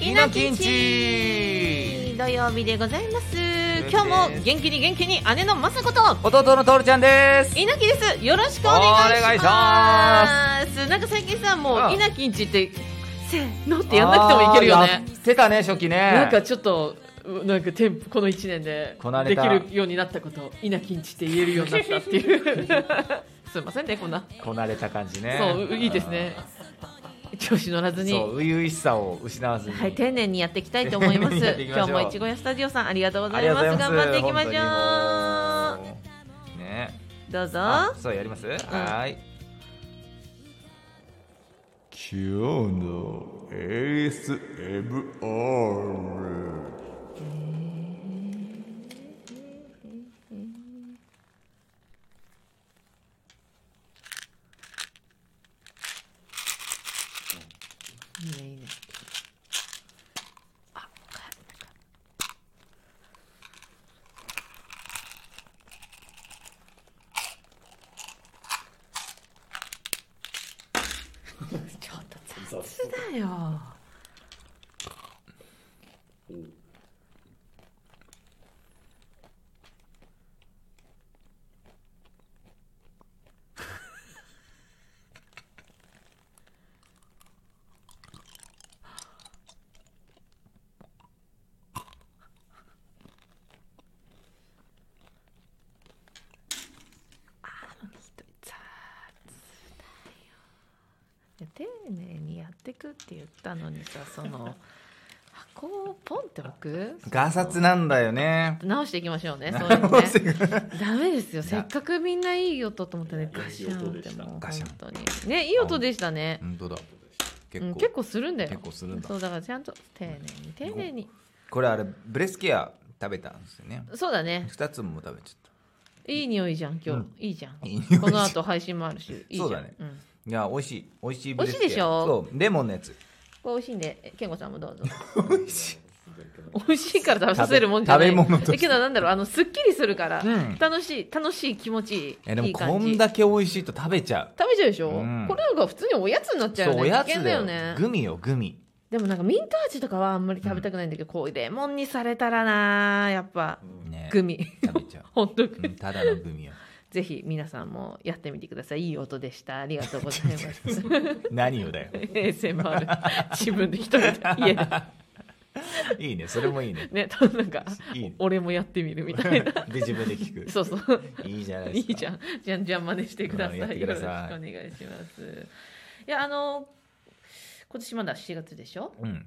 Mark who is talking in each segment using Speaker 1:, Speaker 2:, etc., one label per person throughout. Speaker 1: きのきんち
Speaker 2: 土曜日でございます
Speaker 1: す
Speaker 2: 今日も元気に元気に姉のまさこと
Speaker 1: 弟のとるちゃんです
Speaker 2: 稲城ですよろしくお願いします
Speaker 1: お願いしま
Speaker 2: なんか最近さも
Speaker 1: う
Speaker 2: うん稲城んちってせーのってやんなくてもいけるよね
Speaker 1: あーやってたね初期ね
Speaker 2: なんかちょっとうなんかテンポこの1年で
Speaker 1: こなれ
Speaker 2: で
Speaker 1: た
Speaker 2: きるようになったこと稲城んちって言えるようになったっていう すいませんねこんな、
Speaker 1: こなれた感じね
Speaker 2: そういいですね調子乗らず
Speaker 1: うん
Speaker 2: に
Speaker 1: そう初々しさを失わずに
Speaker 2: はい、丁寧にやっていきたいと思います。
Speaker 1: 丁寧にやっていきましょ
Speaker 2: 今
Speaker 1: う
Speaker 2: 日もいちごやスタジオさん、ありがとうご
Speaker 1: あ
Speaker 2: ざ
Speaker 1: り
Speaker 2: い
Speaker 1: が
Speaker 2: ます。
Speaker 1: とうござい
Speaker 2: 頑
Speaker 1: ます
Speaker 2: 張っていきましょ
Speaker 1: 本当にもうね
Speaker 2: う。どうぞ。
Speaker 1: あそうやります、はーい
Speaker 3: 今日の ASMR
Speaker 2: いいね、いいね。あ、なんかちょっと雑だよ。丁寧にやってくって言ったのに さその箱をポンって置く
Speaker 1: ガサツなんだよね
Speaker 2: 直していきましょう ねそういうのねダメですよせっかくみんないい音と思ったねガシャンってもう
Speaker 1: ガシャン
Speaker 2: 本当にねいい音でしたね
Speaker 1: 本当だ
Speaker 2: うん
Speaker 1: 結構,、
Speaker 2: 結構するんだよ
Speaker 1: 結構するんだ
Speaker 2: そうだからちゃんと丁寧に丁寧に
Speaker 1: これあれブレスケア食べたんですよね
Speaker 2: そうだね
Speaker 1: 二つも食べちゃった
Speaker 2: いい匂いじゃん今日、いいじゃん
Speaker 1: いい匂いじゃん
Speaker 2: この後配信もあるしいいじゃん
Speaker 1: そうだね
Speaker 2: ん
Speaker 1: いや美味しい美味しいブ
Speaker 2: 美
Speaker 1: レ
Speaker 2: 味
Speaker 1: ス
Speaker 2: しいで
Speaker 1: ケア
Speaker 2: しょ
Speaker 1: そうレモンのやつ
Speaker 2: これ美味しいんでえ健吾さんもどうぞ
Speaker 1: 美味しい
Speaker 2: 美味しいから食べさせるもんじゃない
Speaker 1: 食べ食べ物として
Speaker 2: えけどなんだろうあのすっきりするから、
Speaker 1: うん
Speaker 2: 楽しい楽しい気持ちいい
Speaker 1: えでも
Speaker 2: いい感じ
Speaker 1: こんだけ美味しいと食べちゃ
Speaker 2: 食べちゃうでしょ、
Speaker 1: うん
Speaker 2: これなんか普通におやつになっ
Speaker 1: う
Speaker 2: ちゃうよ
Speaker 1: そ
Speaker 2: ね
Speaker 1: うおや
Speaker 2: 危
Speaker 1: つ
Speaker 2: 険
Speaker 1: だ
Speaker 2: だ
Speaker 1: よ
Speaker 2: よね
Speaker 1: グミよグミ
Speaker 2: でもなんかミント味とかはあんまり食べたくないんだけど、こうレモンにされたらなやっぱ
Speaker 1: ね
Speaker 2: グミ
Speaker 1: 食べちゃ
Speaker 2: 本当に、
Speaker 1: う、うん、ただの グミよ
Speaker 2: ぜひ皆さんもやってみてくださいいい音でしたありがとうございます
Speaker 1: 何を だよ
Speaker 2: ASMR 自分で一人で家 で
Speaker 1: いいねそれもい いね
Speaker 2: ねとなんか
Speaker 1: いいね
Speaker 2: 俺もやってみるみたい な
Speaker 1: で自分で聞く
Speaker 2: そうそう
Speaker 1: いいじゃない
Speaker 2: い
Speaker 1: ですか
Speaker 2: いじゃん。じゃんじゃん真似してくださ
Speaker 1: う
Speaker 2: い。
Speaker 1: んやってください
Speaker 2: よろしくお願いします。いやあの今年まだ7月でしょ。
Speaker 1: うん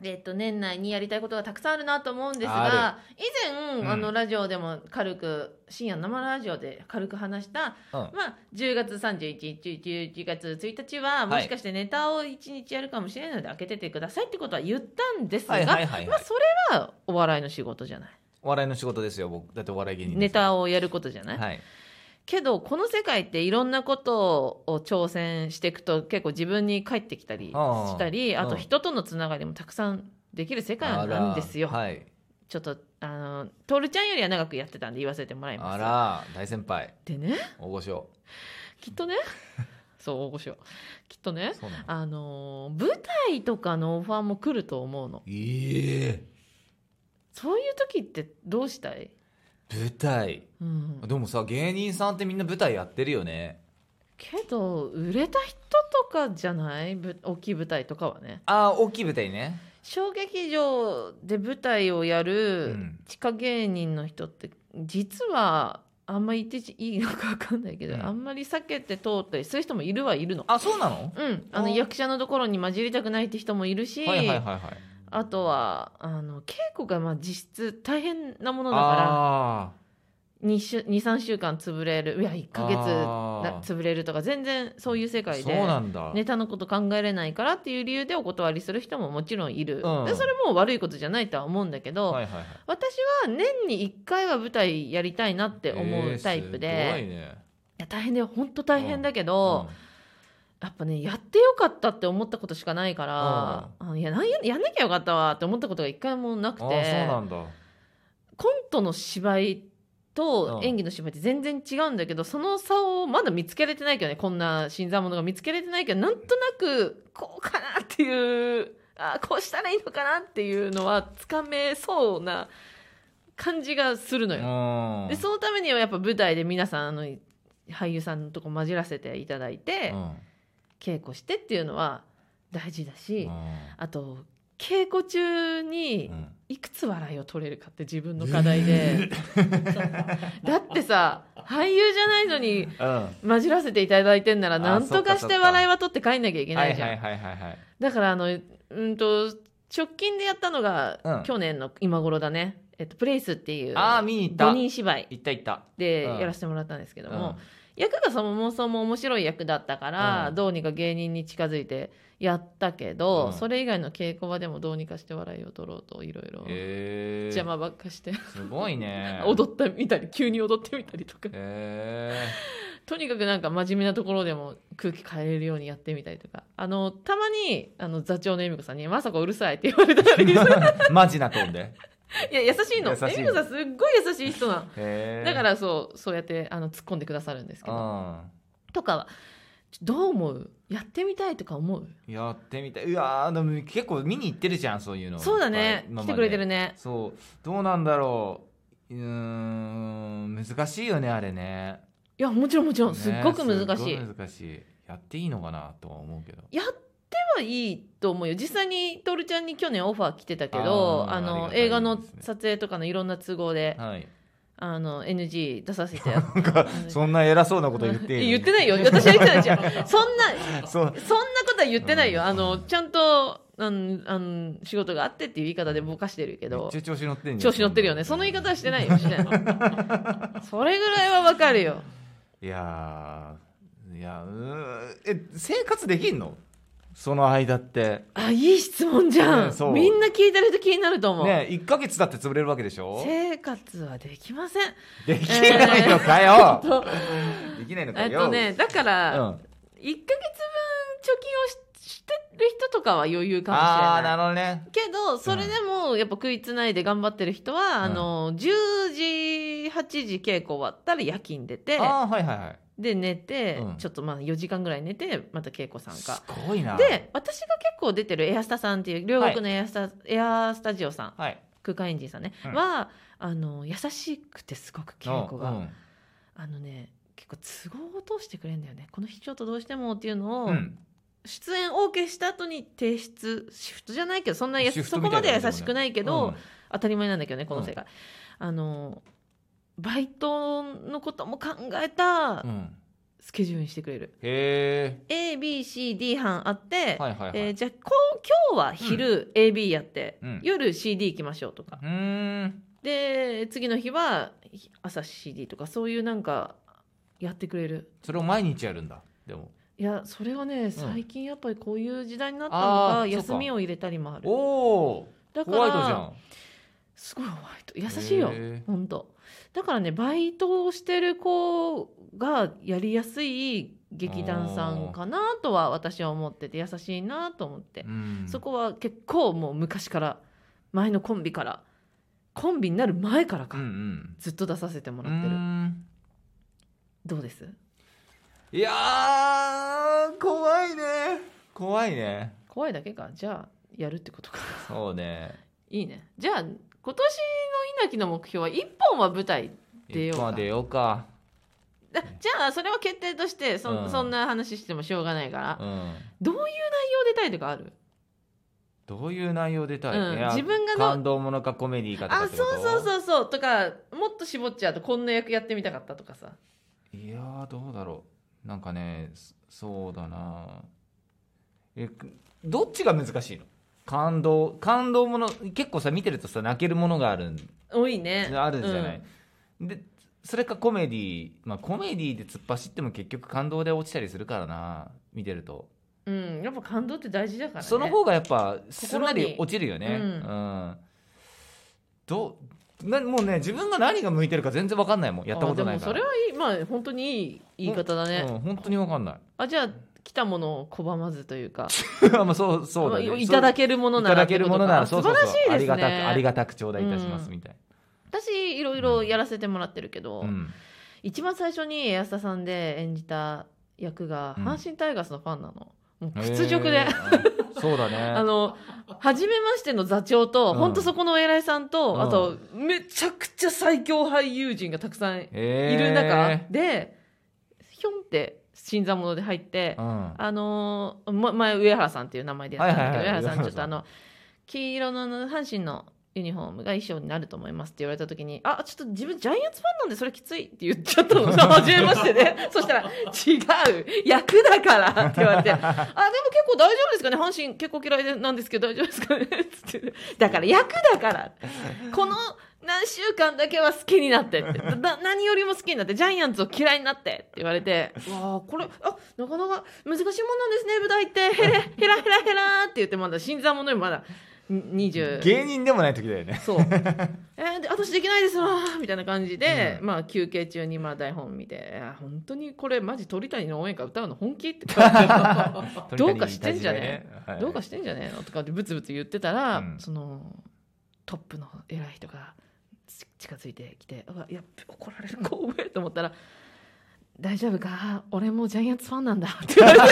Speaker 2: でえっと年内にやりたいことがたくさんあるなと思うんです
Speaker 1: あ
Speaker 2: が、以前、
Speaker 1: うん
Speaker 2: あのラジオでも軽く深夜の生ラジオで軽く話した、
Speaker 1: うん
Speaker 2: まあ10月31日、11月1日はもしかしてネタを1日やるかもしれないので開けててくださいってことは言ったんですが、
Speaker 1: はいはいはい
Speaker 2: ま
Speaker 1: は
Speaker 2: あ
Speaker 1: い
Speaker 2: それはお笑いの仕事じゃない。
Speaker 1: お笑いの仕事ですよ僕だってお笑い芸人で
Speaker 2: ネ
Speaker 1: すから
Speaker 2: タをやることじゃない。
Speaker 1: はい
Speaker 2: けどこの世界っていろんなことを挑戦していくと結構自分に返ってきたり
Speaker 1: ああ
Speaker 2: したりあ
Speaker 1: う
Speaker 2: と
Speaker 1: ん
Speaker 2: 人とのつながりもたくさんできる世
Speaker 1: あ
Speaker 2: 界なんですよ。
Speaker 1: らはい
Speaker 2: ちょっとあのトールちゃんよりは長くやってたんで言わせてもらい
Speaker 1: あ
Speaker 2: ます。
Speaker 1: ら大先輩
Speaker 2: でね
Speaker 1: 大御所
Speaker 2: きっと ねそう大御所きっとね
Speaker 1: そうなの
Speaker 2: あの舞台とかのオファーも来ると思うの
Speaker 1: え
Speaker 2: そういう時ってどうしたい、
Speaker 1: え舞台
Speaker 2: うん、
Speaker 1: でもさ芸人さんってみんな舞台やってるよね
Speaker 2: けど売れた人とかじゃないぶ大きい舞台とかはね。
Speaker 1: ああ大きい舞台ね
Speaker 2: 小劇場で舞台をや
Speaker 1: う
Speaker 2: る
Speaker 1: ん
Speaker 2: 地下芸人の人って実はあんまり言っていいのか分かんないけど、
Speaker 1: うん
Speaker 2: あんまり避けて通ったりする人もいるはいるの。
Speaker 1: あそうなの
Speaker 2: うん、あの
Speaker 1: あー
Speaker 2: 役者のところに混じりたくないって人もいるし、
Speaker 1: はいはいはいはい
Speaker 2: あとはあの稽古がまあ実質大変なものだか
Speaker 1: あ
Speaker 2: ら23週間潰れるいや1
Speaker 1: あ
Speaker 2: ヶ月な
Speaker 1: あー
Speaker 2: 潰れるとか全然そういう世界で
Speaker 1: そうなんだ
Speaker 2: ネタのこと考えれないからっていう理由でお断りする人ももちろんいる、
Speaker 1: うん
Speaker 2: でそれも悪いことじゃないとは思うんだけど、
Speaker 1: はいはいはい
Speaker 2: 私は年に1回は舞台やりたいなって思うタイプで、
Speaker 1: えーすご
Speaker 2: い
Speaker 1: いね
Speaker 2: や大変だよ本当大変だけど、
Speaker 1: うん
Speaker 2: やっぱねやってよかったって思ったことしかないから、あいやなんややんなきゃよかったわって思ったことが1回もなく
Speaker 1: ああそう
Speaker 2: て
Speaker 1: なんだ
Speaker 2: コントの芝居と
Speaker 1: うん
Speaker 2: 演技の芝居って全然違うんだけど、その差をまだ見つけれてないけどねこんな新参者が見つけれてないけどなんとなくこうかなっていうあこうしたらいいのかなっていうのはつかめそうな感じがするのよ。
Speaker 1: うん
Speaker 2: でそのためにはやっぱ舞台で皆さんあの俳優さんのとこ混じらせていただいて、
Speaker 1: うん
Speaker 2: 稽古してっていうのは大事だし、
Speaker 1: う
Speaker 2: あと稽古中に
Speaker 1: ん
Speaker 2: いくつ笑いを取れるかって自分の課題 で、だってさ俳優じゃないのに
Speaker 1: うん
Speaker 2: 混じらせていただいてんなら
Speaker 1: あ
Speaker 2: なんとかし
Speaker 1: そってかそっか
Speaker 2: 笑いは取って帰んなきゃいけ
Speaker 1: は
Speaker 2: ないいじゃん、
Speaker 1: はいはいはいはい
Speaker 2: だからあのうんと直近でやったのが、
Speaker 1: うん
Speaker 2: 去年の今頃だね、えっと、プレイスっていう
Speaker 1: ああ見に行った
Speaker 2: 5人芝居
Speaker 1: 行った行った
Speaker 2: で
Speaker 1: うん
Speaker 2: やらせてもらったんですけども、
Speaker 1: うん
Speaker 2: 役がそもそも面白い役だったから、
Speaker 1: うん
Speaker 2: どうにか芸人に近づいてやったけど、
Speaker 1: うん
Speaker 2: それ以外の稽古場でもどうにかして笑いを取ろうといろいろ
Speaker 1: へえ
Speaker 2: 邪魔ばっかして、
Speaker 1: すごいね っ
Speaker 2: 踊ったみたり急に踊ってみたりとか
Speaker 1: へ
Speaker 2: とにかくなんか真面目なところでも空気変えれるようにやってみたりとかあのたまにあの座長の恵美子さんに「まさかうるさい」って言われた りい
Speaker 1: えマジなトーンで
Speaker 2: や優しいの
Speaker 1: 優しい
Speaker 2: 恵美
Speaker 1: の
Speaker 2: 子さんすっごい優しい人なの
Speaker 1: へえ
Speaker 2: だからそうそうやってあの突っ込んでくださるんですけど
Speaker 1: う
Speaker 2: とかはちょどう思うやってみたいとか思うん
Speaker 1: やってみたいうわーでも結構見に行ってるじゃんそういうの
Speaker 2: そうだ
Speaker 1: いっぱ
Speaker 2: ね
Speaker 1: い今ま
Speaker 2: 来
Speaker 1: で
Speaker 2: てくれてるね
Speaker 1: そうどうなんだろううーん難しいよねあれね
Speaker 2: いやもちろんもちろん
Speaker 1: ね
Speaker 2: すっごく難しい、
Speaker 1: すっごい難しいやっていいのかなとは思うけど
Speaker 2: やってはいいと思うよ実際に徹ちゃんに去年オファー来てたけど
Speaker 1: あー
Speaker 2: あの
Speaker 1: ありがたい
Speaker 2: 映画の
Speaker 1: ですね
Speaker 2: 撮影とかのいろんな都合で、
Speaker 1: はい
Speaker 2: あの NG 出させてやっ
Speaker 1: なんかそんな偉そうなこと言って
Speaker 2: 言ってないよ私は言ってないじ ゃんそんな
Speaker 1: そう
Speaker 2: そんなことは言ってないよ
Speaker 1: うん
Speaker 2: あのちゃんとあのあの仕事があってっていう言い方でぼかしてるけ
Speaker 1: めっ
Speaker 2: ど
Speaker 1: ちゃ調子乗ってんじゃ
Speaker 2: 調
Speaker 1: ん
Speaker 2: 子乗ってるよねその言い方はしてないよしてない それぐらいはわかるよ
Speaker 1: いやーいやうーえ生活できんのその間って
Speaker 2: あいい質問じゃん、
Speaker 1: ねそう
Speaker 2: みんな聞いてる人気になると思う、
Speaker 1: ね一1か月だって潰れるわけでしょ
Speaker 2: 生活はできません
Speaker 1: できないのかよ、できないのか
Speaker 2: え
Speaker 1: よ
Speaker 2: っとねだか
Speaker 1: う
Speaker 2: ら、
Speaker 1: ん
Speaker 2: 1ヶ月分貯金をししてる人とかは余裕かもしれ
Speaker 1: あ
Speaker 2: な
Speaker 1: あ
Speaker 2: い
Speaker 1: ーなるほどね
Speaker 2: けどそれでもやっぱ食いつないで頑張ってる人は、あの10時8時稽古終わったら夜勤出て
Speaker 1: ああはいはいはい
Speaker 2: で寝て、
Speaker 1: うん
Speaker 2: ちょっとまあ4時間ぐらい寝てまた稽古参加
Speaker 1: すごいな
Speaker 2: で私が結構出てるエアスタさんっていう両国のエアスタ、エアスタジオさん
Speaker 1: はい
Speaker 2: 空間エンジンさんね、
Speaker 1: うん
Speaker 2: はあの優しくてすごく稽古が、
Speaker 1: うん
Speaker 2: あのね結構都合を通してくれるんだよねこの日ちょっとどうしてもっていうのを、
Speaker 1: うん
Speaker 2: 出演 OK した後に提出シフトじゃないけどそんなやす
Speaker 1: シフト
Speaker 2: そ
Speaker 1: み
Speaker 2: こ
Speaker 1: た
Speaker 2: ま
Speaker 1: いな
Speaker 2: で
Speaker 1: もんね
Speaker 2: 優しくないけど、
Speaker 1: うん
Speaker 2: 当たり前なんだけどねこの世界、あのバイトのことも考えた
Speaker 1: うん
Speaker 2: スケジュールにしてくれる、
Speaker 1: へ
Speaker 2: ABCD 班あって、
Speaker 1: えはいはいはい、
Speaker 2: えーじゃあこう今日は昼 AB やって、
Speaker 1: うん
Speaker 2: 夜 CD 行きましょうとか
Speaker 1: うーん
Speaker 2: で次の日は朝 CD とかそういうなんかやってくれる
Speaker 1: それを毎日やるんだでも
Speaker 2: いやそれはね、最近やっぱりこういう時代になったの
Speaker 1: あ
Speaker 2: か
Speaker 1: ーそうか
Speaker 2: 休みを入れたりもある
Speaker 1: おお
Speaker 2: だか
Speaker 1: ホワイトじゃ
Speaker 2: ら
Speaker 1: ん
Speaker 2: すごいホワイト優しいよ
Speaker 1: へー
Speaker 2: ほんとだからねバイトをしてる子がやりやすい劇団さんかなとは私は思ってて優しいなと思って
Speaker 1: うん
Speaker 2: そこは結構もう昔から前のコンビからコンビになる前から
Speaker 1: う
Speaker 2: か、
Speaker 1: んうん
Speaker 2: ずっと出させても
Speaker 1: う
Speaker 2: らってる、
Speaker 1: ーん
Speaker 2: どうです
Speaker 1: いやー怖いね怖いね
Speaker 2: 怖いだけかじゃあやるってことか
Speaker 1: そうね
Speaker 2: いいねじゃあ今年の稲城の目標は1本は舞台出ようか
Speaker 1: 一本出ようか
Speaker 2: だじゃあそれは決定としてそ,、
Speaker 1: うん
Speaker 2: ん、そんな話してもしょうがないから、
Speaker 1: うん
Speaker 2: どういう内容出たいとかある
Speaker 1: どういう内容出たい、
Speaker 2: うん
Speaker 1: いや
Speaker 2: 自分がの
Speaker 1: 感動ものかコメディーかとか
Speaker 2: あ
Speaker 1: ってこ
Speaker 2: そう
Speaker 1: と
Speaker 2: そうそうそうとかもっと絞っちゃうとこんな役やってみたかったとかさ
Speaker 1: いやーどうだろうなんかねそそうだなえくどっちが難しいの感動感動もの結構さ見てるとさ泣けるものがあるん
Speaker 2: 多いね
Speaker 1: あるじゃない、でそれかコメディまあコメディで突っ走っても結局感動で落ちたりするからな見てる
Speaker 2: うん、
Speaker 1: と、
Speaker 2: うんやっぱ感動って大事だからね
Speaker 1: その方がやっぱすんなり落ちるよね
Speaker 2: う
Speaker 1: うんん、どうなもうね自分が何が向いてるか全然わかんないもんやったことないから
Speaker 2: あでもそれはいいまあ本当にいい言い方だね、
Speaker 1: うん、本当にわかんない
Speaker 2: あじゃあ来たものを拒まずというか
Speaker 1: まあそうそうだ、ね、
Speaker 2: まあいただけるもの
Speaker 1: い
Speaker 2: なら
Speaker 1: ただけるものなら
Speaker 2: ってこ
Speaker 1: そう
Speaker 2: と
Speaker 1: そう
Speaker 2: か
Speaker 1: そう
Speaker 2: 素晴ら
Speaker 1: あ
Speaker 2: しいです
Speaker 1: りが
Speaker 2: ね
Speaker 1: たくありがたく頂戴いたしますみたい
Speaker 2: 私いろいろやらせてもらってるけど、
Speaker 1: な、うん
Speaker 2: 一番最初に安田さんで演じた役が
Speaker 1: うん
Speaker 2: 阪神タイガースのファンなの、もう屈辱で
Speaker 1: へ。ーそうだね
Speaker 2: あの、初めましての座長と、
Speaker 1: うん
Speaker 2: ほんとそこのお偉いさんと、
Speaker 1: うん
Speaker 2: あと、めちゃくちゃ最強俳優陣がたくさんい
Speaker 1: い
Speaker 2: る中で、ひょんって新参者で入って、
Speaker 1: うん、
Speaker 2: あのーま、前、上原さんっていう名前でやってたんだけど、
Speaker 1: はいはいはい
Speaker 2: 上原さん、ちょっ
Speaker 1: 上原さ
Speaker 2: と
Speaker 1: ん
Speaker 2: あの、黄色のあの阪神のユニフォームが衣装になると思いますって言われたときに、あ、ちょっと自分ジャイアンツファンなんでそれきついって言っちゃったの。初めましてね。そしたら、違う役だからって言われ て、あ、でも結構大丈夫ですかね阪神結構嫌いでなんですけど大丈夫ですかね つって。だから役だからこの何週間だけは好きになってってだ何よりも好きになってジャイアンツを嫌いになってって言われてうわあこれあなかなか難しいもんなんですね舞台ってへれへらへらへらって言ってまだ新参者にまだに20
Speaker 1: 芸人でもない時 だよね
Speaker 2: そうえーで私できないですわーみたいな感じで、まあ休憩中にまあ台本見ていや本当にこれマジ鳥谷の応援歌歌うの本気って感じだったどうかしてんじゃね
Speaker 1: え
Speaker 2: どうかしてんじゃねえのとかってブツブツ言ってたら、
Speaker 1: うん
Speaker 2: そのトップの偉い人がち近づいてきて「うわやっべ怒られる怖え」と思ったら「大丈夫か俺もジャイアンツファン なんだ」って言われて
Speaker 1: 優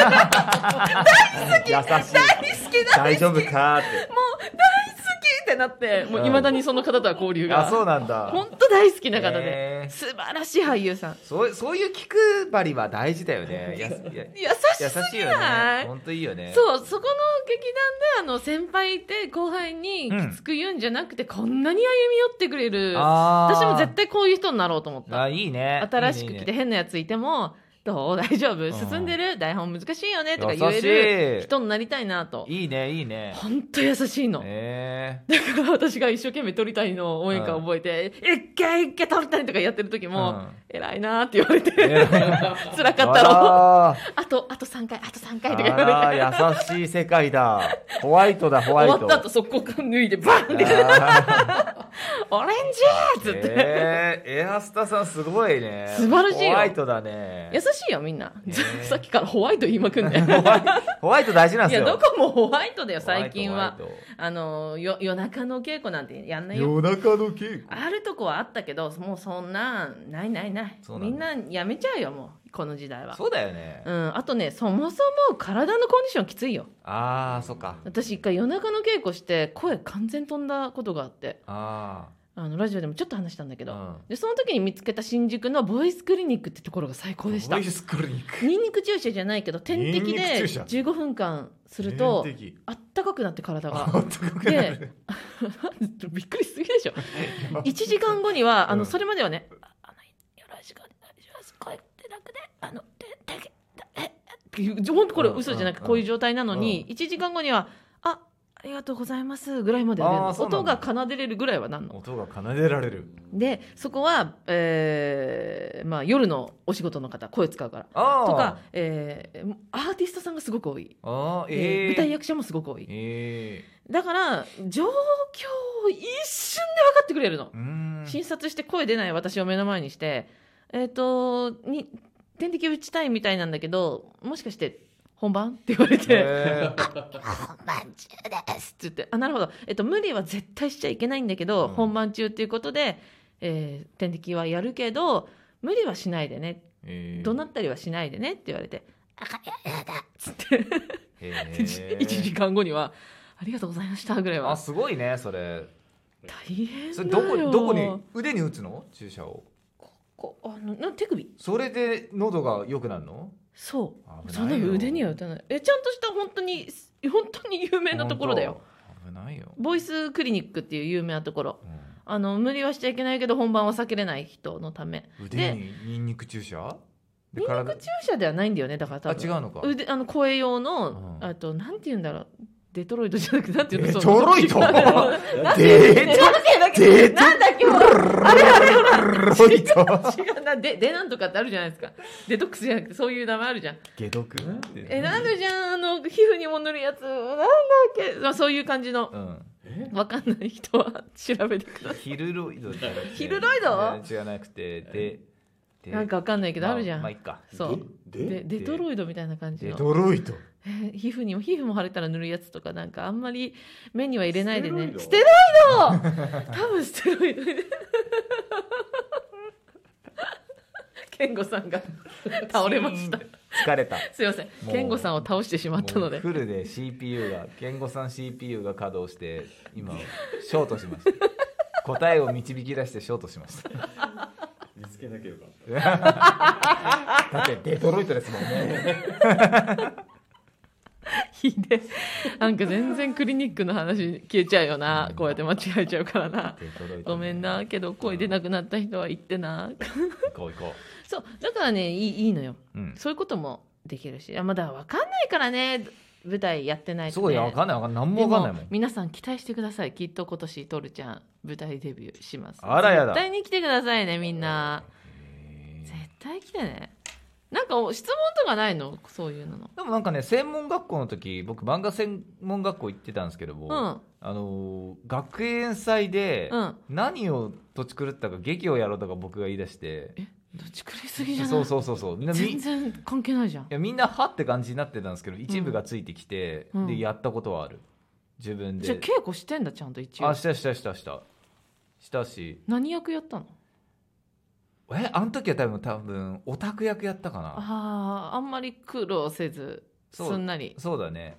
Speaker 1: しい
Speaker 2: 好きだ
Speaker 1: 大丈夫かっ
Speaker 2: ってなっても
Speaker 1: う
Speaker 2: うんいまだにその方とは交流
Speaker 1: て
Speaker 2: が
Speaker 1: あそうなんだ
Speaker 2: 本当大好きな方で、
Speaker 1: へー
Speaker 2: 素晴らしい俳優さん
Speaker 1: そうそういう気配りは大事だよねやすや
Speaker 2: 優し
Speaker 1: 優
Speaker 2: す
Speaker 1: しい
Speaker 2: ぎ
Speaker 1: よ
Speaker 2: な
Speaker 1: ね
Speaker 2: い
Speaker 1: 本当いいよね
Speaker 2: そうそこの劇団であの先輩いて後輩にきつく言うんじゃなくて、こんなに歩み寄ってくれる
Speaker 1: あー
Speaker 2: 私も絶対こういう人になろうと思った
Speaker 1: あいいね
Speaker 2: 新しく来て
Speaker 1: い
Speaker 2: 変なやついても「どう 大丈夫
Speaker 1: ん
Speaker 2: 進んでる台本難しいよね」とか
Speaker 1: いね
Speaker 2: 言える
Speaker 1: 優し
Speaker 2: 人になりたいなと
Speaker 1: いいいねいいね
Speaker 2: 本当優しいの
Speaker 1: え
Speaker 2: だから私が一生懸命鳥谷の応援歌を覚えて「一回一回鳥谷」とかやってる時
Speaker 1: え
Speaker 2: も「偉いな」って言われて
Speaker 1: 偉い
Speaker 2: 辛かったろう
Speaker 1: あ
Speaker 2: あとあと3回あと3回と
Speaker 1: ら
Speaker 2: か言われて
Speaker 1: あら優しい世界だホワイトだホワイ
Speaker 2: 終
Speaker 1: ト
Speaker 2: わった後速攻脱いでバンって
Speaker 1: あ
Speaker 2: 「オレンジ!」 っつ
Speaker 1: ー
Speaker 2: って、
Speaker 1: えーエアスタさんすごいね
Speaker 2: 素晴らしいよ
Speaker 1: ホワイトだね
Speaker 2: 優しいよみんな、
Speaker 1: ね
Speaker 2: さっきからホワイト言いまくん ね
Speaker 1: ホワイホワイト大事なん
Speaker 2: い
Speaker 1: です
Speaker 2: やど
Speaker 1: よ
Speaker 2: こもホワイトだよ最近は
Speaker 1: ホワイトホワイ
Speaker 2: あのよ夜中の稽古なんてやんないよ
Speaker 3: 夜中の稽古
Speaker 2: あるとこはあったけどもうそんなんないないない
Speaker 1: そうな
Speaker 2: み
Speaker 1: ん
Speaker 2: んなやめちゃうよもうこの時代
Speaker 1: ト
Speaker 2: は
Speaker 1: そうだよね
Speaker 2: うん、あとねそもそも体のコンディションきついよ
Speaker 1: ああそっか
Speaker 2: 私一回夜中の稽古して声完全飛んだことがあって
Speaker 1: あ
Speaker 2: あのラジオでもちょっと話したんだけど、
Speaker 1: あ
Speaker 2: でその時に見つけた新宿のボイスクリニックってところが最高でした
Speaker 1: ボイスクリニック
Speaker 2: ニンニク注射じゃないけど点
Speaker 3: ニ
Speaker 2: 滴
Speaker 3: ンニク
Speaker 2: で
Speaker 3: 注射
Speaker 2: 15分間すると
Speaker 3: 天敵
Speaker 2: あったかくなって体が
Speaker 3: あったかくな
Speaker 2: で
Speaker 3: る
Speaker 2: びっくりしすぎでしょ1時間後にはあ
Speaker 3: う
Speaker 2: の、
Speaker 3: ん
Speaker 2: それまではね「ああのよろしくお願いしますこうやって楽であのててけだええって本当これ
Speaker 1: うん
Speaker 2: 嘘じゃなく
Speaker 1: うん
Speaker 2: こういう状態なのに、1時間後には「あありがとうございます」ぐらいまで出るの
Speaker 1: あーそうな
Speaker 2: 音
Speaker 1: んだ
Speaker 2: が奏でれるぐらいはなんの。
Speaker 1: 音が奏でられる
Speaker 2: でそこは、えーまあ、夜のお仕事の方声使うから。
Speaker 1: ああ
Speaker 2: とか、えーアーティストさんがすごく多い、
Speaker 1: ああ
Speaker 2: で
Speaker 1: ええ
Speaker 2: 舞台役者もすごく多い
Speaker 1: え
Speaker 2: だから状況を一瞬で分かってくれるの
Speaker 1: えう、ーん
Speaker 2: 診察して声出ない私を目の前にしてえっ、とに点滴打ちたいみたいなんだけどもしかして本番って言われて
Speaker 1: ええ
Speaker 2: 「本番中です」って言って「あなるほど、えっと無理は絶対しちゃいけないんだけど、
Speaker 1: うん
Speaker 2: 本番中っていうことで、えー点滴はやるけど無理はしないでね
Speaker 1: ええ
Speaker 2: 怒鳴ったりはしないでね」って言われて「あややだ」っつって
Speaker 1: へえ
Speaker 2: 1時間後には「ありがとうございました」ぐらいは
Speaker 1: あすごいねそれ
Speaker 2: 大変
Speaker 1: そ
Speaker 2: だ
Speaker 1: れ
Speaker 2: よ
Speaker 1: どこどこに腕に打つの注射を
Speaker 2: こあのな手首
Speaker 1: それで喉が良くなるの
Speaker 2: そう
Speaker 1: 危
Speaker 2: そ
Speaker 1: ない
Speaker 2: ん
Speaker 1: よ
Speaker 2: な腕には打たないえちゃんとした本当に本当に有名なところだよ
Speaker 1: 本当危ないよ、
Speaker 2: ボイスクリニックっていう有名なところ
Speaker 1: う
Speaker 2: あの無理はしちゃいけないけど本番は避けれない人のため
Speaker 1: ん、腕にニンニク注射で
Speaker 2: ニンニク注射ではないんだよねだから多
Speaker 1: あ違
Speaker 2: 分
Speaker 1: うのか
Speaker 2: 腕あの声用の、
Speaker 1: うん
Speaker 2: あとなんて言うんだろうデトロイトじゃなくてなんて言う
Speaker 1: デ
Speaker 2: の
Speaker 1: トロイト
Speaker 2: デ
Speaker 1: デ
Speaker 2: トロイトなんだっけほらあれあれほら
Speaker 1: トロイ ト
Speaker 2: 違うなででなんとかってあるじゃないですかデトックスじゃなくてそういう名前あるじゃん
Speaker 1: 解毒
Speaker 2: えなんでじゃんあの皮膚にも塗るやつなんだっけ、まあ、そういう感じの
Speaker 1: うん
Speaker 2: わかんない人は調べてくださ
Speaker 1: ヒルロイドじゃなくて
Speaker 2: ヒルロイド
Speaker 1: ね違うなくてで
Speaker 2: い
Speaker 1: で
Speaker 2: なんかわかんないけどあるじゃん、
Speaker 1: まあ、まあいっか
Speaker 2: そう
Speaker 3: で
Speaker 2: でデトロイドみたいな感じ
Speaker 1: デ
Speaker 2: の
Speaker 3: ドロイト
Speaker 2: えー皮膚にも皮膚も腫れたら塗るやつとかなんかあんまり目には入れないでねス
Speaker 3: ス
Speaker 2: テ
Speaker 3: テ
Speaker 2: ロイド多分ステロイド 健吾さんが倒れました
Speaker 1: 疲れた
Speaker 2: すいません
Speaker 1: もう
Speaker 2: 健吾さんを倒してしまったの
Speaker 1: もう
Speaker 2: で
Speaker 1: フルで CPU が健吾さん CPU が稼働して今ショートしました答えを導き出してショートしました
Speaker 4: 見つけなきゃよかった
Speaker 1: だってデトロイトですもんね
Speaker 2: ひでなんか全然クリニックの話消えちゃうよなこうやって間違えちゃうからな
Speaker 1: デトロイトね
Speaker 2: ごめんなけど声出なくなった人は言ってな
Speaker 1: 行こう行こ
Speaker 2: そうだからねいいいいのよ
Speaker 1: う、うん、
Speaker 2: そういうこともできるしあまだ分かんないからね舞台やってない
Speaker 1: す
Speaker 2: と、ね、
Speaker 1: ごいわかんないわかんない何もわかんないも
Speaker 2: で
Speaker 1: ん
Speaker 2: 皆さん期待してくださいきっと今年トルちゃん舞台デビューします
Speaker 1: あらや
Speaker 2: 絶
Speaker 1: だ
Speaker 2: 対に来てくださいねみんな
Speaker 1: へ
Speaker 2: 絶
Speaker 1: ー
Speaker 2: 対来てねなんかお質問とかないのそういうのの
Speaker 1: でもなんかね専門学校の時僕漫画専門学校行ってたんですけども、
Speaker 2: うん
Speaker 1: あのー学園祭で
Speaker 2: うん
Speaker 1: 何を土地狂ったか劇をやろうとか僕が言い出して、
Speaker 2: えどっちくらいすぎじゃない
Speaker 1: そうそうそうそうみんなみ
Speaker 2: 全然関係ないじゃん
Speaker 1: いやみんなはって感じになってたんですけど一部がついてきて、
Speaker 2: うん
Speaker 1: でやったことはある自分
Speaker 2: じゃあ
Speaker 1: で
Speaker 2: 稽古してんだちゃんと一応
Speaker 1: あしたしたしたしたしたし
Speaker 2: 何役やったの
Speaker 1: えあの時は多分多分オタク役やったかな
Speaker 2: あああんまり苦労せず
Speaker 1: そう
Speaker 2: すんなり
Speaker 1: そうだね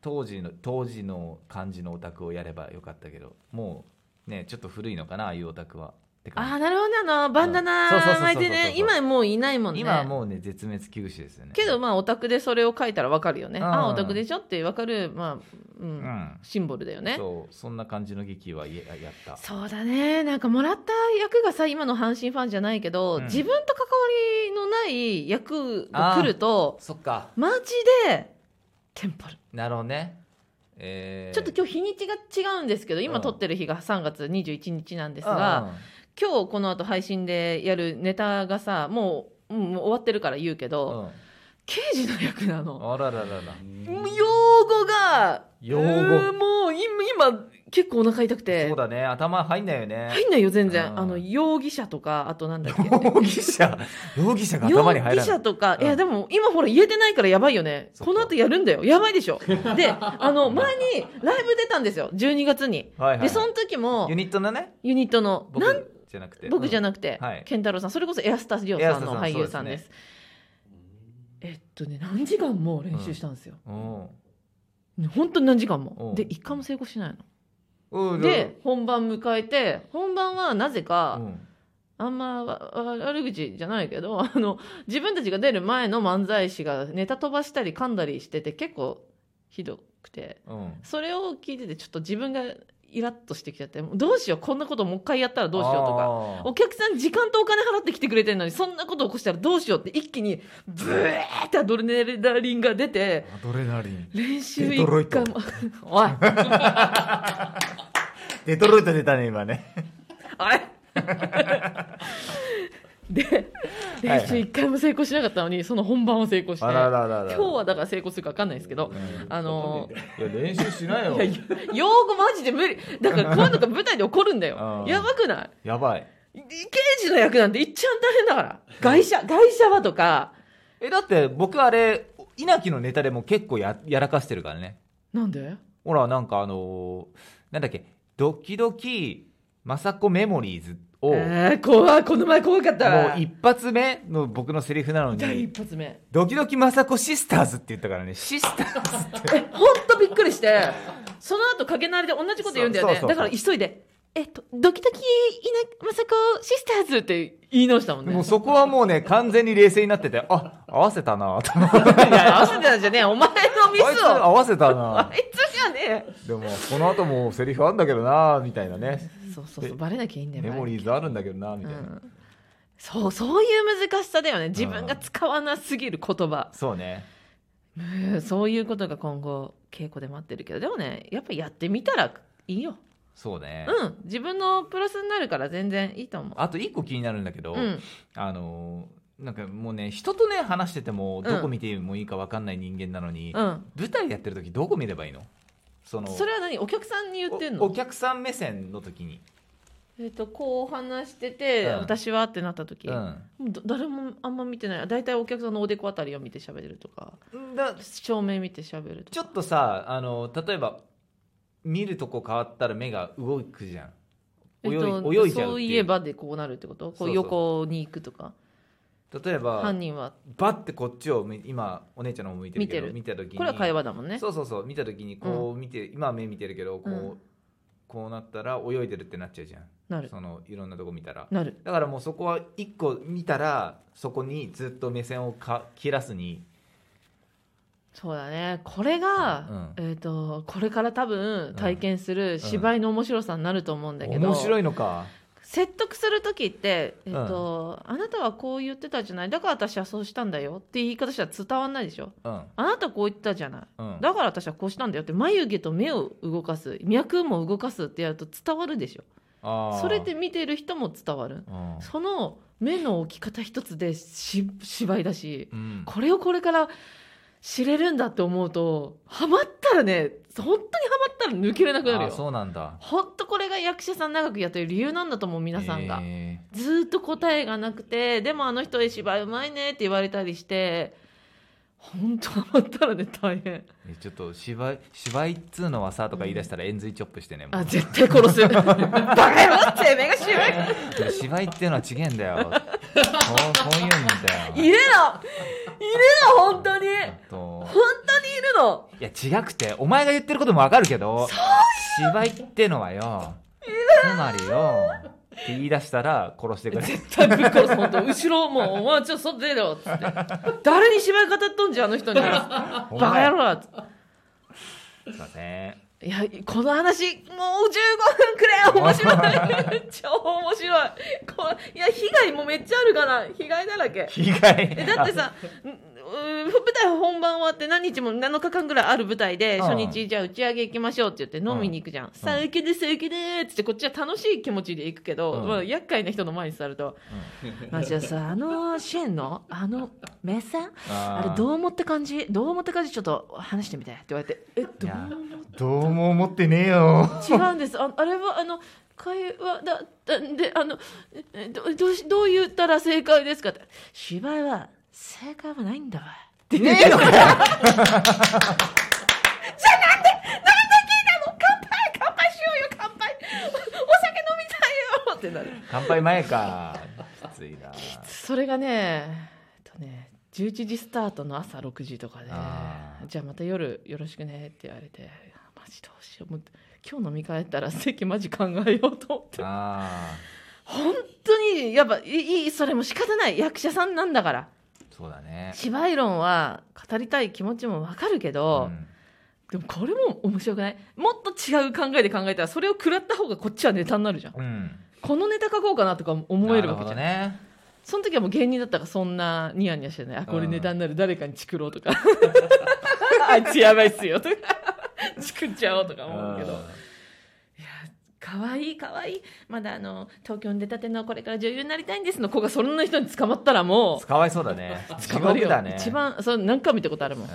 Speaker 1: 当時の当時の感じのオタクをやればよかったけどもうねちょっと古いのかなああいうオタクはって
Speaker 2: あ
Speaker 1: 感
Speaker 2: あなるほどねあのバンダ
Speaker 1: そうそうそう
Speaker 2: ナ
Speaker 1: そ
Speaker 2: 巻
Speaker 1: う
Speaker 2: いてね
Speaker 1: そうそうそう
Speaker 2: 今もういないもん
Speaker 1: じ
Speaker 2: ね
Speaker 1: 今はもうね絶滅危惧種ですよね
Speaker 2: けどまあオタクでそれを書いたらわかるよね
Speaker 1: うん
Speaker 2: あオタクでしょってわかるまあう
Speaker 1: うんん
Speaker 2: シンボルだよね
Speaker 1: そうそんな感じの劇はややった
Speaker 2: そうだねなんかもらった役がさ今の阪神ファンじゃないけど
Speaker 1: うん
Speaker 2: 自分と関わりのない役が来ると
Speaker 1: そっか
Speaker 2: マジでテンパる
Speaker 1: なるほどねえー、
Speaker 2: ちょっと今日日にちが違うんですけど
Speaker 1: う
Speaker 2: 今
Speaker 1: ん
Speaker 2: 撮ってる日が3月21日なんです
Speaker 1: うん
Speaker 2: が
Speaker 1: うん
Speaker 2: 今日この後配信でやるネタがさもううんもう終わってるから言うけど刑事の役なの
Speaker 1: あらららら。
Speaker 2: 用語が
Speaker 1: 用語
Speaker 2: えーもう今今結構お腹痛くて
Speaker 1: そうだね、頭入んないよ ね。
Speaker 2: 入んないよ全然
Speaker 1: うん
Speaker 2: あの容疑者とかあとなんだっけ
Speaker 1: 容疑者、容疑者が
Speaker 2: 容
Speaker 1: 頭に入
Speaker 2: 疑
Speaker 1: らない
Speaker 2: 者。とか、
Speaker 1: うん
Speaker 2: いやでも今ほら言えてないからやばいよね
Speaker 1: そっか
Speaker 2: この後やるんだよやばいでし ょであの前にライブ出たんですよ12月に
Speaker 1: はいはい。
Speaker 2: でその時も
Speaker 1: ユニットのね、
Speaker 2: ユニットの
Speaker 1: 僕
Speaker 2: なん
Speaker 1: じゃなくて。
Speaker 2: 僕じゃ
Speaker 1: な
Speaker 2: なくて、
Speaker 1: はい
Speaker 2: 健太郎さんそれこそエアスタジオ
Speaker 1: エア
Speaker 2: さん
Speaker 1: スタさん
Speaker 2: の俳優さんですえっとね何時間も練習したんですよ、
Speaker 1: うん。
Speaker 2: 本当に何時間
Speaker 1: う
Speaker 2: も
Speaker 1: ん
Speaker 2: で一回も成功しないの
Speaker 1: おう
Speaker 2: で、本番迎えて本番はなぜ
Speaker 1: う
Speaker 2: か、
Speaker 1: ん
Speaker 2: あんまわわ悪口じゃないけどあ の自分たちが出る前の漫才師がネタ飛ばしたり噛んだりしてて結構ひどくて
Speaker 1: うん。
Speaker 2: それを聞いててちょっと自分がイラッとしてきちゃってもうどうしようこんなこともう一回やったらどうしようとか
Speaker 1: あー
Speaker 2: お客さん時間とお金払ってきてくれてるのにそんなこと起こしたらどうしようって一気にブエーってアドレナリンが出て
Speaker 1: アドレナリン。
Speaker 2: 練習
Speaker 1: デトロイ
Speaker 2: 一
Speaker 1: ト
Speaker 2: 回も おい
Speaker 1: デトロイト出たね、今ね。
Speaker 2: あれで練習1回も成功しなかったのにその本番を成功して
Speaker 1: あらららら。
Speaker 2: 今日はだから成功するか分かんないですけどあの
Speaker 1: いや、練習しないよ。
Speaker 2: 用語マジで無理だからこういうのが舞台で起こるんだ
Speaker 1: あ
Speaker 2: よ
Speaker 1: ー
Speaker 2: やばくない
Speaker 1: やばい。
Speaker 2: い刑事の役なんていっちゃん大変だから外車外車はとか
Speaker 1: え、だって僕あれ、稲城のネタでも結構ややらかしてるからね。
Speaker 2: なんで
Speaker 1: ほら、なんかあのーなんだっけ、ドキドキ、マサコメモリーズを、
Speaker 2: えー、怖いこの前怖かった
Speaker 1: もう一発目の僕のセリフなの
Speaker 2: 第
Speaker 1: に、
Speaker 2: 一発目
Speaker 1: ドキドキマサコシスターズって言ったからね、シスターズって。
Speaker 2: えほんとびっくりしてその後かけなりで同じこと言うんだよね
Speaker 1: そうそうそう
Speaker 2: だから急いで「えっとドキドキいなまさこシスターズ」って言い直したもんね
Speaker 1: もうそこはもうね、完全に冷静になってて、あ、合わせたなと思って。
Speaker 2: いや合わせてたんじゃねえお前のミ
Speaker 1: あいつ
Speaker 2: ス
Speaker 1: 合
Speaker 2: を
Speaker 1: わせたな
Speaker 2: あいつじゃねえ
Speaker 1: でも、この後もセリフあんだけどなみたいなね。
Speaker 2: そうそうそうバレなきゃいいんだよ
Speaker 1: メモリーズあるんだけどなみ
Speaker 2: バ
Speaker 1: たい
Speaker 2: レなきゃ
Speaker 1: な。
Speaker 2: うんそうそういう難しさだよね自分が使わなすぎる言葉
Speaker 1: そうね。
Speaker 2: うんそういうことが今後稽古で待ってるけどでもねやっぱやってみたらいいよ
Speaker 1: そうね。
Speaker 2: うん自分のプラスになるから全然いいと思う
Speaker 1: あと一個気になるんだけど、
Speaker 2: うん
Speaker 1: あのーなんかもうね、人とね、話してても、
Speaker 2: ん
Speaker 1: どこ見てもいいか分かんない人間なのに、
Speaker 2: うん
Speaker 1: 舞台やってる時どこ見ればいいのその、
Speaker 2: それは何お客さんに言ってん
Speaker 1: おお
Speaker 2: の
Speaker 1: 客さん目線の時に、
Speaker 2: えっとこう話してて、
Speaker 1: うん
Speaker 2: 私はってなった時、
Speaker 1: う
Speaker 2: も
Speaker 1: ん、
Speaker 2: うだ誰もあんま見てない大体お客さんのおでこあたりを見て喋るとか
Speaker 1: だ
Speaker 2: 照明見て喋るとか
Speaker 1: ちょっとさあの例えば見るとこ変わったら目が動くじゃん泳い,、
Speaker 2: えっと
Speaker 1: 泳いじゃう
Speaker 2: そ
Speaker 1: っ
Speaker 2: う
Speaker 1: て
Speaker 2: い
Speaker 1: い
Speaker 2: え
Speaker 1: う
Speaker 2: ばでこうなるってこと
Speaker 1: そ
Speaker 2: こ
Speaker 1: うそう
Speaker 2: う横に行くとか
Speaker 1: 例えば
Speaker 2: 犯人は
Speaker 1: バッてこっちを見今お姉ちゃんの方向いてるけど見
Speaker 2: 見
Speaker 1: た時に
Speaker 2: これは会話だもんね
Speaker 1: そうそうそう見た時にこう見て、今は目見てるけどこう、
Speaker 2: うん
Speaker 1: こうなったら泳いでるってなっちゃうじゃん
Speaker 2: なる
Speaker 1: そのいろんなとこ見たら
Speaker 2: なる
Speaker 1: だからもうそこは一個見たらそこにずっと目線をか切らすに
Speaker 2: そうだねこれが、えっ、とこれから多分体験する芝居の面白さになると思うんだけど、
Speaker 1: 面白いのか
Speaker 2: 説得する時って、えっとあなたはこう言ってたじゃないだから私はそうしたんだよって言い方したら伝わんないでしょ
Speaker 1: うん
Speaker 2: あなたこう言ってたじゃない
Speaker 1: うん
Speaker 2: だから私はこうしたんだよって眉毛と目を動かす脈も動かすってやると伝わるでしょ
Speaker 1: あー
Speaker 2: それで見てる人も伝わる
Speaker 1: うん
Speaker 2: その目の置き方一つでし芝居だし
Speaker 1: うん
Speaker 2: これをこれから知れるんだって思うとハマったらね本当にハマったら抜けれなくな
Speaker 1: あ
Speaker 2: る
Speaker 1: ー
Speaker 2: よ
Speaker 1: そうなんだ
Speaker 2: 本当これが役者さん長くやってる理由なんだと思う皆さんが、
Speaker 1: え
Speaker 2: ずーっと答えがなくてでもあの人絵芝居うまいねって言われたりして本当ハマったらね大変
Speaker 1: ーえちょっと芝居芝居っつうのはさとか言い出したら円髄チョップしてねもう
Speaker 2: あ絶対殺 すバカ野郎てめえが芝
Speaker 1: いや芝居っていうのは違えんだよ こうこういうんだよ
Speaker 2: 居いるのいるの本当に
Speaker 1: ちょっと
Speaker 2: 本当にいるの
Speaker 1: いや違くてお前が言ってることもわかるけど芝居ってのはよつまりよって言い出したら殺してくれ
Speaker 2: 絶対ぶっ殺す本当後ろもうお前ちょっと外出ろっつって誰に芝居語っとんじゃんあの人 にバ
Speaker 1: お前
Speaker 2: カ野郎っつっ
Speaker 1: すいません
Speaker 2: ていやこの話もう15分くらい面白い超面白いこいや被害もめっちゃあるから被害だらけ
Speaker 1: 被害
Speaker 2: えだってさんうん舞台本番終わって何日も7日間ぐらいある舞台で
Speaker 1: うん
Speaker 2: 初日じゃあ打ち上げ行きましょうって言って飲みに行くじゃん「さあ受けでさあ受けで」っつってこっちは楽しい気持ちで行くけど、
Speaker 1: うん
Speaker 2: まあ、厄介な人の前に座ると「まあじゃあさあのシェンのあの目線あれどう
Speaker 1: う
Speaker 2: 思って感じどう思って感じちょっと話してみて」って言われて「え
Speaker 1: い
Speaker 2: どう
Speaker 1: やどうも思ってねえよ
Speaker 2: 違うんですああれはあの会話だだであのええどどうしどう言ったら正解ですかって芝居は正解はないんだわって
Speaker 1: ねえのかよ
Speaker 2: 乾杯しようよ乾杯おお酒飲みたいよってなる
Speaker 1: 乾杯前かきついな
Speaker 2: それがねえっとね11時スタートの朝6時とかで
Speaker 1: あー
Speaker 2: じゃあまた夜よろしくねって言われてマジどうしようもう今日飲み会やったら席マジ考えようと思って
Speaker 1: あ
Speaker 2: 本当にやっぱいいいいそれも仕方ない役者さんなんだから
Speaker 1: ーそうだね
Speaker 2: 芝居論は語りたい気持ちもわかるけ
Speaker 1: う
Speaker 2: ど、
Speaker 1: ん
Speaker 2: でもこれも面白くないもっと違う考えで考えたらそれを食らった方がこっちはネタになるじゃん
Speaker 1: うん
Speaker 2: このネタ書こうかなとか思えるわけじゃん、
Speaker 1: なるほどね
Speaker 2: その時はもう芸人だったからそんなニヤニヤしてないあこれネタになる誰かにチクろうとか あいつやばいっすよとか チクっちゃおうとか思うけど可愛い可愛いまだあの東京に出たてのこれから女優になりたいんですの子がそんな人に捕まったらも
Speaker 1: かわいそうだね
Speaker 2: う
Speaker 1: 地
Speaker 2: 捕まる
Speaker 1: 獄
Speaker 2: よ
Speaker 1: だね
Speaker 2: 一番それ何回も見たことあるもん
Speaker 1: う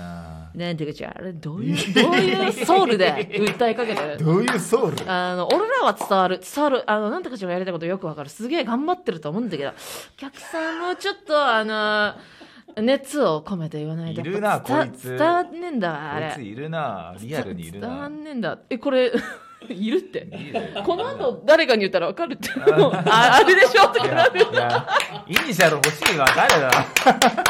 Speaker 2: ねえ出口あれどう いうどういうソウルで 訴えかけてる
Speaker 3: どういうソウル
Speaker 2: あの、俺らは伝わる。伝わる。あの、なんとかちゃんがやりたいことよくわかる。すげえ頑張ってると思うんだけど、お客さんもちょっと、あの、熱を込めて言わないと。
Speaker 1: いるな
Speaker 2: やっぱ伝
Speaker 1: こいつ
Speaker 2: 伝わんねえんだわ、あ
Speaker 1: んこいつ
Speaker 2: れ。
Speaker 1: いるなリアルにい
Speaker 2: 伝
Speaker 1: る
Speaker 2: わ
Speaker 1: なん
Speaker 2: ねえんだ。え、これ、 いるって。
Speaker 1: リアルに
Speaker 2: この後、誰かに言ったらわか るって。もうあ、あれでしょと
Speaker 1: い
Speaker 2: かな
Speaker 1: や
Speaker 2: る。
Speaker 1: いやイニシャル欲しいわ誰だ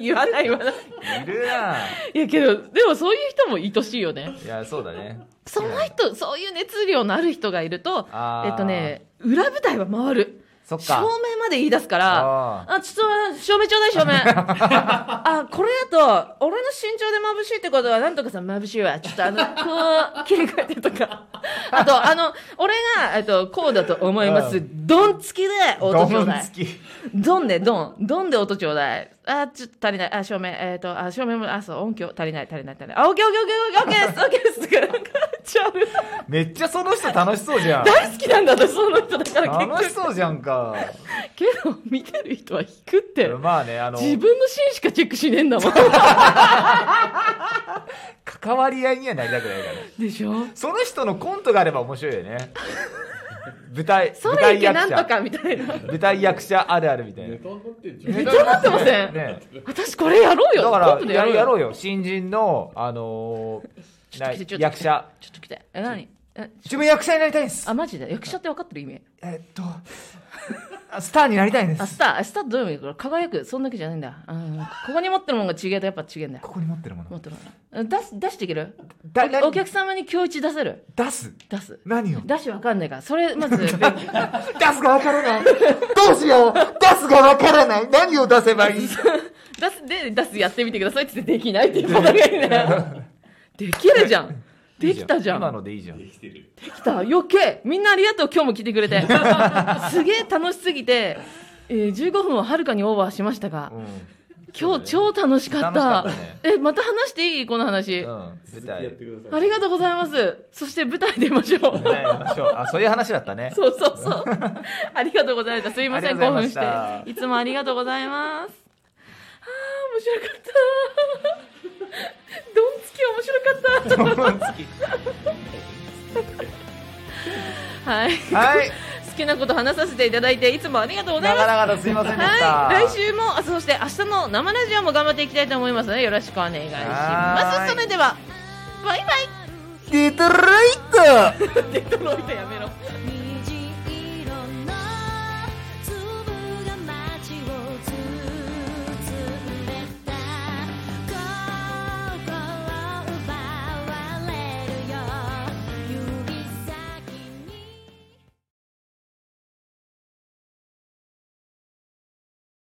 Speaker 2: 言わない、言わない。
Speaker 1: いるない
Speaker 2: や、けど、でもそういう人も愛しいよね。
Speaker 1: いやそうだね
Speaker 2: その人、そういう熱量のある人がいると、
Speaker 1: あー
Speaker 2: えっとね、裏舞台は回る。
Speaker 1: そっ
Speaker 2: 照
Speaker 1: か
Speaker 2: 明まで言い出すから、
Speaker 1: あー
Speaker 2: あ、ちょっと、照明ちょうだい、 照明。あ、これだと、俺の身長で眩しいってことは、なんとかさん眩しいわ。ちょっとあ の、こう、切り替えてとか。あと、あの、俺が、えっと、こうだと思います。ドン付きで音ちょうだ
Speaker 1: ドン
Speaker 2: い
Speaker 1: つ。き
Speaker 2: ドンね、ドン。ドンで音ちょうだい。あ、ちょっと足りない。あ、照明、えっ、と、あ、照明も、あ、そう、音響足りない、足りない、足りない。あ、オッケーオッケーオッケーオッケーオッケーです、オッケーです。とか、なんか、ちゃう。
Speaker 1: めっちゃその人楽しそうじゃん
Speaker 2: 大好きなんだ、私、その人だから結
Speaker 1: 楽し
Speaker 2: 構。
Speaker 1: そうじゃんか
Speaker 2: けど、見てる人は引くって。
Speaker 1: まあねあの
Speaker 2: 自分のシーンしかチェックしねえんだもん。
Speaker 1: 関わり合いにはなりたくないから
Speaker 2: でしょ
Speaker 1: その人のコントがあれば面白いよ ね舞台
Speaker 2: そ
Speaker 1: 舞
Speaker 2: れい
Speaker 1: 台
Speaker 2: け
Speaker 1: 役
Speaker 2: なんと
Speaker 1: 者
Speaker 2: かみたいな。
Speaker 1: 舞台役者あるあるみたいな
Speaker 4: ネタになってんじゃん
Speaker 1: ネ
Speaker 2: タになってません
Speaker 1: ね
Speaker 2: 私これやろうよ。
Speaker 1: だか
Speaker 2: コン
Speaker 1: ら
Speaker 2: トでや
Speaker 1: や
Speaker 2: ろうよ。
Speaker 1: ろうよ新人のあのー
Speaker 2: ちょっと来てちょっと来て
Speaker 1: 役者
Speaker 2: ちょっと来て。え、何え
Speaker 1: 自分役者になりたいんです
Speaker 2: あ、マジで役者って分かってる意味
Speaker 1: えっとあスターになりたいんで
Speaker 2: あ
Speaker 1: す
Speaker 2: スターあスターどういう意味輝くそんだけじゃないんだうんここに持ってるものが違えとやっぱ違えんだよ
Speaker 1: ここに持ってるも
Speaker 2: 持
Speaker 1: の
Speaker 2: ってるものうん出す出していける
Speaker 1: だ
Speaker 2: おお客様に今日一出せる
Speaker 1: 出す
Speaker 2: 出す
Speaker 1: 何を
Speaker 2: 出しわかんないからそれ まず
Speaker 1: 出すがわからないどうしよう出すがわからない何を出せばいい
Speaker 2: 出すで出すやってみてくださいって言ってできないっていうことがい ねできるじゃん できたじゃん
Speaker 1: 今のでいいじゃん
Speaker 4: できてる。
Speaker 2: できた余計みんなありがとう今日も来てく れてすげえ楽しすぎて、えー15分をはるかにオーバーしましたが今日超楽しかった
Speaker 1: 楽しかった
Speaker 2: えまた話していいこの話、
Speaker 1: うん舞
Speaker 4: や
Speaker 1: 台
Speaker 4: ってください。
Speaker 2: ありがとうございますそして舞台出ましょう
Speaker 1: 舞台やりましょうあそういう話だったね
Speaker 2: そうそうそうありがとうございましたすいません
Speaker 1: ありが
Speaker 2: 興
Speaker 1: と
Speaker 2: 奮
Speaker 1: うございま
Speaker 2: し
Speaker 1: した
Speaker 2: ていつもありがとうございますあー面白かったドンつき面白かったはい
Speaker 1: はい
Speaker 2: 好きなこと話させていただいていつもありがとうございます
Speaker 1: 長々とすいませんでした、
Speaker 2: はい、来週もあそして明日の生ラジオも頑張っていきたいと思いますのでよろしくお願いしま
Speaker 1: は
Speaker 2: す
Speaker 1: い
Speaker 2: それではバイバイ
Speaker 1: デトロイト
Speaker 2: デトロイトやめろ
Speaker 5: 「未来を